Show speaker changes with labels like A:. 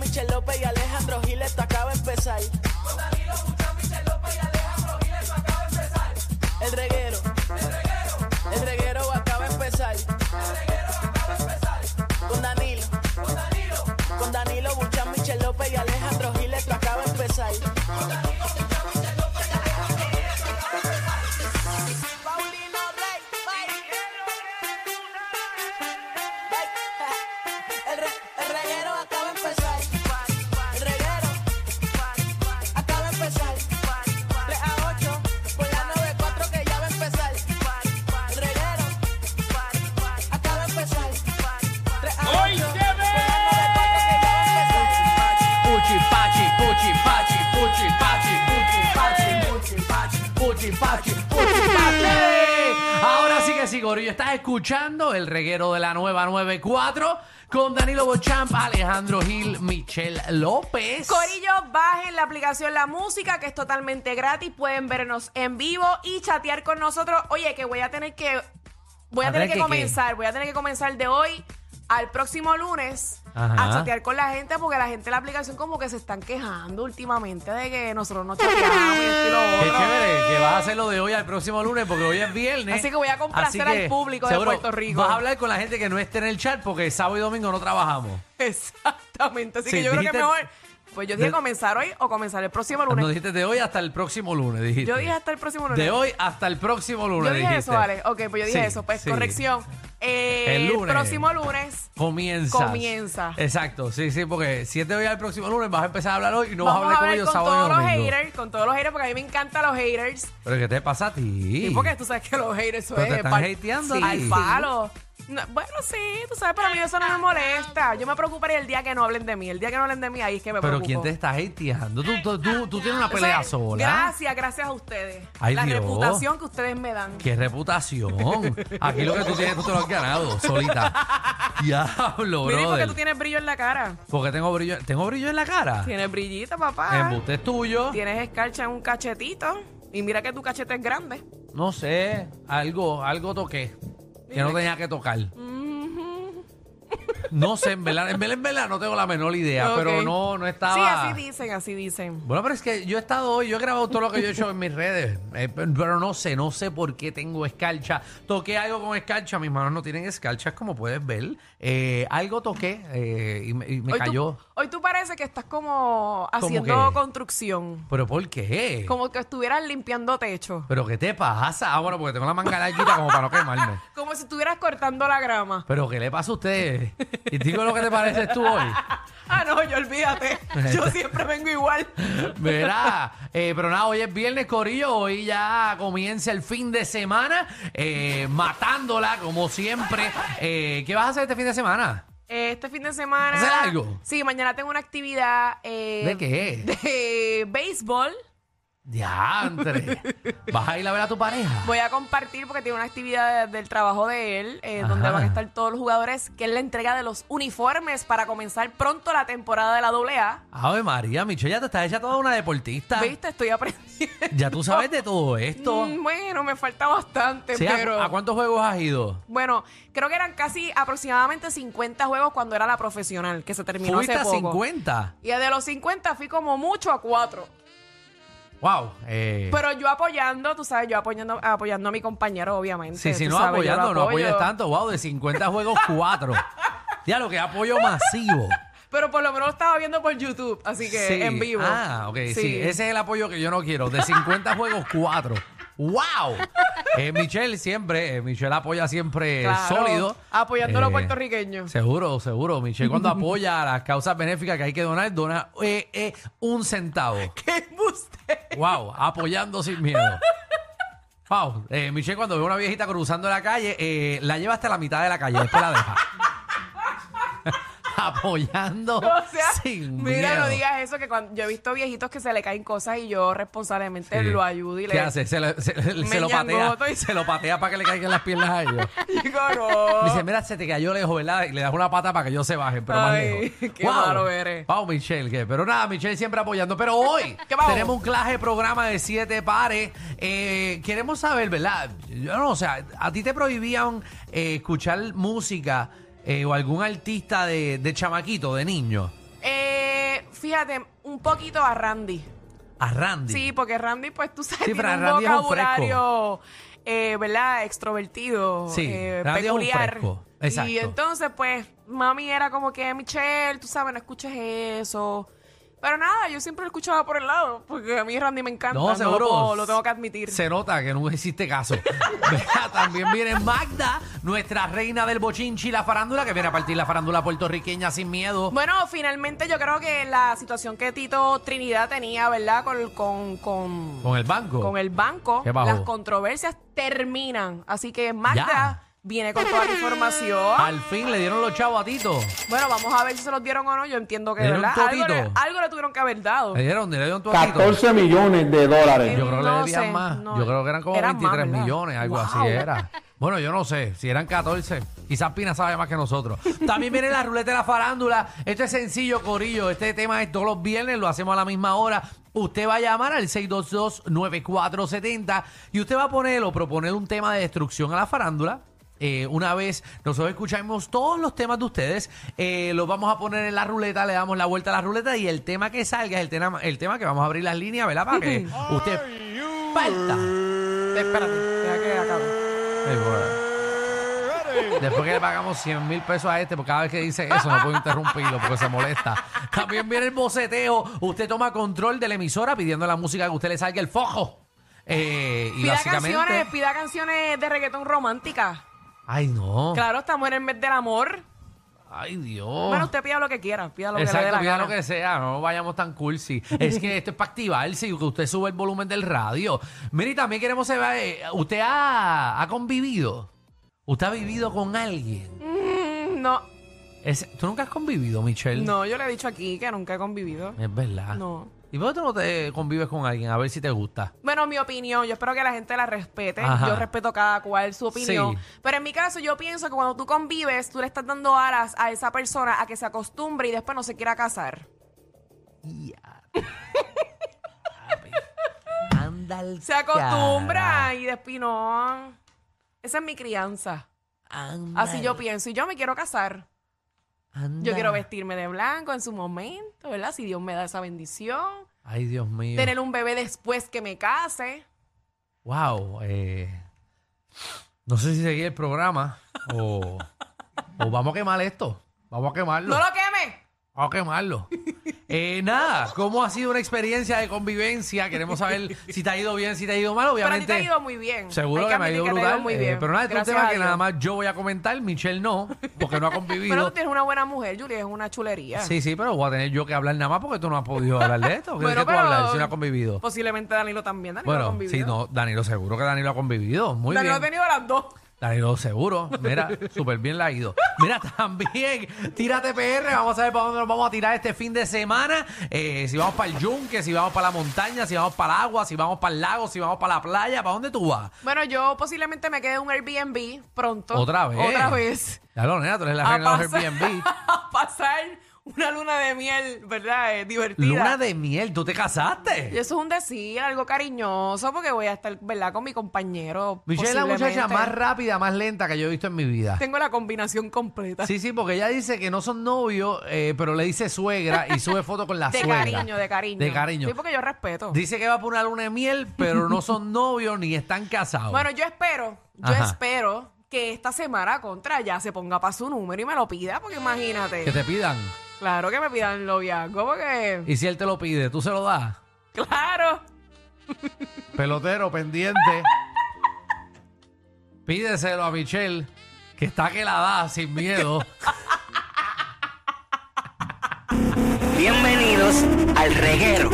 A: Michel López y Alejandro Giles, esto acaba de empezar.
B: Con Danilo Buchan, Michel López y Alejandro Giles, esto acaba de empezar.
A: El reguero,
B: El reguero,
A: el reguero acaba de empezar.
B: el reguero acaba de empezar.
A: Con Danilo,
B: Con Danilo,
A: con Danilo Buchan, Michel López y Alejandro Giles, esto acaba de empezar. Paulino Rey, bye. El re- el reguero acaba de empezar. El reguero acaba de empezar. 3 a 8, por la 9-4 que ya va a empezar. El reguero acaba de empezar. 3 a 8, por la 9-4 que ya va a empezar.
C: Puchi pachi, puchi pachi, puchi pachi, puchi pachi, puchi pachi, puchi pachi, puchi pachi. Ahora sí que sí, Gorillo. Estás escuchando el reguero de la nueva 94 con Danilo Bochamp, Alejandro Gil, Michelle López.
D: Corillo, bajen la aplicación La Música, que es totalmente gratis. Pueden vernos en vivo y chatear con nosotros. Oye, que voy a tener que. Voy a,
C: ¿A tener
D: tener que,
C: que
D: comenzar. Voy a tener que comenzar de hoy al próximo lunes
C: Ajá.
D: a chatear con la gente, porque la gente de la aplicación como que se están quejando últimamente de que nosotros no chateamos y esto y lo
C: Qué
D: otro.
C: chévere que vas a hacerlo de hoy al próximo lunes porque hoy es viernes.
D: Así que voy a complacer
C: Así que
D: al público de
C: seguro
D: Puerto Rico.
C: Vas a hablar con la gente que no esté en el chat porque sábado y domingo no trabajamos.
D: Exactamente. Así
C: Sí,
D: que yo
C: dijiste-
D: creo que mejor. Pues yo dije
C: de- Ah,
D: comenzar hoy o comenzar el próximo
C: No
D: lunes.
C: dijiste de hoy hasta el próximo lunes, dijiste.
D: yo dije hasta el próximo lunes.
C: De hoy hasta el próximo lunes.
D: Yo dije
C: dijiste.
D: eso, vale. Ok, pues yo dije
C: Sí,
D: eso. Pues
C: sí.
D: corrección. Eh,
C: El
D: el,
C: lunes.
D: próximo lunes.
C: Comienza.
D: Comienza.
C: Exacto, sí, sí, porque si es de hoy al próximo lunes vas a empezar a hablar hoy y no vas
D: vamos
C: a
D: a
C: hablar con
D: ver
C: ellos
D: con
C: sábado
D: todos
C: y
D: los
C: domingo.
D: haters, con todos los haters, porque a mí me encantan los haters.
C: Pero ¿qué te pasa a ti?
D: Y porque tú sabes que los haters eso
C: Pero
D: es
C: te están
D: pal-
C: hateando
D: sí,
C: a ti.
D: al palo. No, bueno, sí, tú sabes, para mí eso no me molesta. Yo me preocuparía el día que no hablen de mí. El día que no hablen de mí, ahí es que me
C: Pero
D: preocupo.
C: ¿quién te está hateando? Tú, tú, tú- tú tienes una
D: Eso es-
C: pelea sola.
D: Gracias, gracias a ustedes.
C: Ay,
D: la
C: Dios.
D: reputación que ustedes me dan.
C: ¡Qué reputación! Aquí lo que tú tienes tú te lo has ganado, solita. Diablo,
D: Mira, ¿y por qué
C: brother.
D: tú tienes brillo en la cara?
C: Porque tengo brillo, tengo brillo en la cara.
D: Tienes brillita, papá.
C: Embuste es tuyo.
D: Tienes escarcha en un cachetito. Y mira que tu cachete es grande.
C: No sé, algo, algo toqué que no tenía que tocar. No sé, en verdad, en verdad, en verdad no tengo la menor idea,
D: Ok.
C: pero no, no estaba.
D: Sí, así dicen, así dicen.
C: Bueno, pero es que yo he estado hoy, yo he grabado todo lo que yo he hecho en mis redes, eh, pero no sé, no sé por qué tengo escarcha. Toqué algo con escarcha, mis manos no tienen escarchas como puedes ver. Eh, algo toqué eh, y me, y me
D: hoy,
C: cayó.
D: Tú, hoy tú parece que estás como haciendo
C: qué?
D: construcción.
C: ¿Pero por qué?
D: Como que estuvieras limpiando techo.
C: ¿Pero qué te pasa? Ah, bueno, porque tengo la manga larguita como para no quemarme.
D: Como si estuvieras cortando la grama.
C: ¿Pero qué le pasa a usted? Y digo lo que te pareces tú hoy.
D: Ah, no, yo olvídate. Yo siempre vengo igual.
C: Verá, eh, pero nada, hoy es viernes, Corillo. Hoy ya comienza el fin de semana, eh, matándola como siempre. Eh, ¿Qué vas a hacer este fin de semana?
D: Eh, Este fin de semana.
C: ¿Hacer algo?
D: Sí, mañana tengo una actividad. eh,
C: ¿De qué?
D: De béisbol.
C: Diantre. ¿Vas a ir a ver a tu pareja?
D: Voy a compartir porque tiene una actividad de- del trabajo de él, eh,
C: Ajá.
D: donde van a estar todos los jugadores, que es la entrega de los uniformes para comenzar pronto la temporada de la AA.
C: Ave María, Michelle, ya te estás hecha toda una deportista.
D: ¿Viste? Estoy aprendiendo.
C: Ya tú sabes de todo esto.
D: Mm, Bueno, me falta bastante,
C: Sí, ¿a-
D: pero...
C: ¿a, cuántos juegos has ido?
D: bueno, creo que eran casi aproximadamente 50 juegos cuando era la profesional, que se terminó
C: ¿Fuiste
D: hace
C: a
D: poco.
C: 50?
D: Y de los 50 fui como mucho a 4.
C: Wow. eh,
D: Pero yo apoyando, tú sabes, yo apoyando, apoyando a mi compañero, obviamente.
C: Sí, sí,
D: tú
C: no
D: sabes, yo lo
C: apoyando, no
D: apoyo.
C: apoyes tanto. Wow, de 50 juegos, 4. ya lo que apoyo masivo.
D: Pero por lo menos lo estaba viendo por YouTube, así que
C: Sí.
D: en vivo.
C: Ah, ok, sí. Ese es el apoyo que yo no quiero. De 50 juegos, 4. ¡Wow! Eh, Michelle siempre, eh, Michelle apoya siempre
D: Claro,
C: sólido.
D: Apoyando a los
C: Eh,
D: puertorriqueños.
C: Seguro, seguro. Michelle cuando apoya a las causas benéficas que hay que donar, dona eh, eh, un centavo.
D: ¡Qué embuste!
C: Wow, apoyando sin miedo. Wow, eh, Michelle cuando ve a una viejita cruzando la calle, eh, la lleva hasta la mitad de la calle, después la deja. apoyando
D: O sea,
C: sin miedo.
D: mira, no digas eso, que cuando yo he visto viejitos que se le caen cosas y yo responsablemente
C: Sí.
D: lo ayudo y le
C: ¿Qué hace? Se, lo- se- se lo patea.
D: ñangoto y-
C: Se lo patea para que le caigan las piernas a ellos.
D: digo,
C: Me
D: no.
C: Dice, mira, se te cayó lejos, ¿verdad? Y le das una pata para que yo se baje, pero más
D: Ay,
C: lejos.
D: qué malo eres.
C: Wow, Michelle, ¿qué? Pero nada, Michelle siempre apoyando. Pero hoy
D: ¿Qué vamos?
C: tenemos un clase de programa de siete pares. Eh, queremos saber, ¿verdad? Yo no, o sea, a ti te prohibían eh, escuchar música eh, o algún artista de, de chamaquito, de niño.
D: Eh, fíjate, un poquito a Randy.
C: A Randy.
D: Sí, porque Randy, pues tú sabes,
C: Sí, pero
D: tiene un
C: Randy es un
D: vocabulario, eh, ¿verdad? Extrovertido,
C: Sí,
D: eh,
C: Randy es un
D: peculiar.
C: fresco. Exacto.
D: Y entonces, pues, mami era como que, Michelle, tú sabes, no escuches eso. Pero nada, yo siempre lo escuchaba por el lado, porque a mí Randy me encanta.
C: No,
D: lo,
C: seguro.
D: puedo- lo tengo que admitir.
C: Se nota que no hiciste caso. Mira, También viene Magda, nuestra reina del bochinchi y la farándula, que viene a partir la farándula puertorriqueña sin miedo.
D: Bueno, finalmente yo creo que la situación que Tito Trinidad tenía, ¿verdad? Con, con, con,
C: Con el banco.
D: con el banco,
C: ¿Qué bajó?
D: las controversias terminan. Así que Magda
C: Ya. Ah,
D: viene con toda la información.
C: Al fin le dieron los chavos a Tito.
D: Bueno, vamos a ver si se los dieron o no. Yo entiendo que,
C: Le dieron
D: ¿verdad?
C: un
D: Algo le,
C: totito. Eh.
D: algo le tuvieron que haber dado.
C: Le dieron, le dieron todo a Tito.
E: 14 millones de dólares.
C: Yo creo que
D: No
C: le debían
D: sé,
C: más.
D: no.
C: Yo creo que eran como
D: Eran más,
C: 23
D: ¿verdad?
C: millones, algo así ¿eh?
D: Wow.
C: era. Bueno, yo no sé, si eran 14. Quizás Pina sabe más que nosotros. También viene la ruleta de la farándula. Esto es sencillo, Corillo. Este tema es todos los viernes, lo hacemos a la misma hora. Usted va a llamar al 622-9470 y usted va a poner o proponer un tema de destrucción a la farándula. Eh, una vez nosotros escuchamos todos los temas de ustedes, eh, los vamos a poner en la ruleta, le damos la vuelta a la ruleta y el tema que salga es el tema, el tema que vamos a abrir las líneas, ¿verdad? Para que usted falta.
D: Espérate, deja que acabe.
C: Después que le pagamos 100 mil pesos a este, porque cada vez que dice eso no puedo interrumpirlo porque se molesta. También viene el boceteo. Usted toma control de la emisora pidiendo la música que usted le salga el fojo. Eh, y
D: Pida
C: básicamente.
D: canciones, pida canciones de reggaetón romántica.
C: Ay, no.
D: Claro, estamos en el mes del amor.
C: Ay, Dios.
D: Bueno, usted pida lo que quiera, pida lo que le
C: Oh.
D: dé
C: Exacto,
D: la
C: pida
D: gana.
C: lo que sea, no vayamos tan cursi. Es que esto es para activarse y que usted sube el volumen del radio. Mire, y también queremos saber, eh, ¿usted ha, ha convivido? ¿Usted ha vivido con alguien?
D: Mm, No,
C: Es- ¿Tú nunca has convivido, Michelle?
D: no, yo le he dicho aquí que nunca he convivido.
C: Es verdad.
D: No.
C: ¿Y por qué tú no te convives con alguien? A ver si te gusta.
D: Bueno, mi opinión, yo espero que la gente la respete.
C: Ajá.
D: Yo respeto cada cual su opinión.
C: Sí.
D: Pero en mi caso, yo pienso que cuando tú convives, tú le estás dando alas a esa persona a que se acostumbre y después no se quiera casar.
C: Anda al
D: Se acostumbra y después no. Esa es mi crianza. Así yo pienso. Y yo me quiero casar. Yo quiero vestirme de blanco en su momento, ¿verdad? Si Dios me da esa bendición.
C: Ay, Dios mío.
D: Tener un bebé después que me case.
C: Wow. eh, No sé si seguir el programa o... o vamos a quemar esto. Vamos a quemarlo.
D: ¡No lo queme!
C: Vamos a quemarlo. Eh, nada, ¿cómo ha sido una experiencia de convivencia? Queremos saber si te ha ido bien, si te ha ido mal.
D: Pero a ti
C: Obviamente,
D: te ha ido muy bien.
C: seguro
D: Hay
C: que, me ha ido
D: admitir que te
C: brutal.
D: muy
C: eh,
D: bien.
C: pero nada, este es un
D: Gracias
C: tema
D: a
C: que
D: Dios.
C: nada más yo voy a comentar, Michelle no, porque no ha
D: Pero
C: convivido.
D: tú tienes una buena mujer, Julia, es una chulería.
C: Sí, sí, pero voy a tener yo que hablar nada más porque tú no has podido hablar de esto. ¿Qué
D: Bueno,
C: es que tú
D: pero-
C: hablas si no has convivido?
D: Posiblemente Danilo también. Danilo ha
C: Bueno,
D: convivido.
C: sí, no, Danilo, seguro que Danilo ha convivido. Muy
D: Danilo ha
C: bien.
D: tenido las dos.
C: Danilo, seguro. Mira, súper bien la ha ido. Mira, también, tírate PR. Vamos a ver para dónde nos vamos a tirar este fin de semana. Eh, si vamos para el yunque, si vamos para la montaña, si vamos para el agua, si vamos para el lago, si vamos para la playa. ¿Para dónde tú vas?
D: Bueno, yo posiblemente me quede en un Airbnb pronto.
C: Otra vez.
D: Otra vez.
C: Ya lo, nena, tú eres la
D: A
C: reina de los
D: pasar-
C: Airbnb.
D: a pasar una luna de miel, ¿verdad? Eh, divertida.
C: Luna de miel, ¿tú te casaste?
D: Y eso es un decir, algo cariñoso, porque voy a estar, ¿verdad? Con mi compañero.
C: Michelle es la muchacha
D: posiblemente.
C: más rápida, más lenta que yo he visto en mi vida.
D: Tengo la combinación completa.
C: Sí, sí, porque ella dice que no son novios, eh, pero le dice suegra y sube foto con la
D: de
C: suegra.
D: cariño, de cariño.
C: De cariño.
D: Sí, porque yo respeto.
C: Dice que va por una luna de miel, pero no son novios ni están casados.
D: Bueno, yo espero, yo
C: Ajá.
D: espero que esta semana contra ya se ponga para su número y me lo pida, porque imagínate.
C: que te pidan.
D: Claro que me pidan noviazgo, porque.
C: Y si él te lo pide, tú se lo das.
D: Claro.
C: Pelotero, pendiente. Pídeselo a Michelle, que está que la da sin miedo.
F: Bienvenidos al reguero.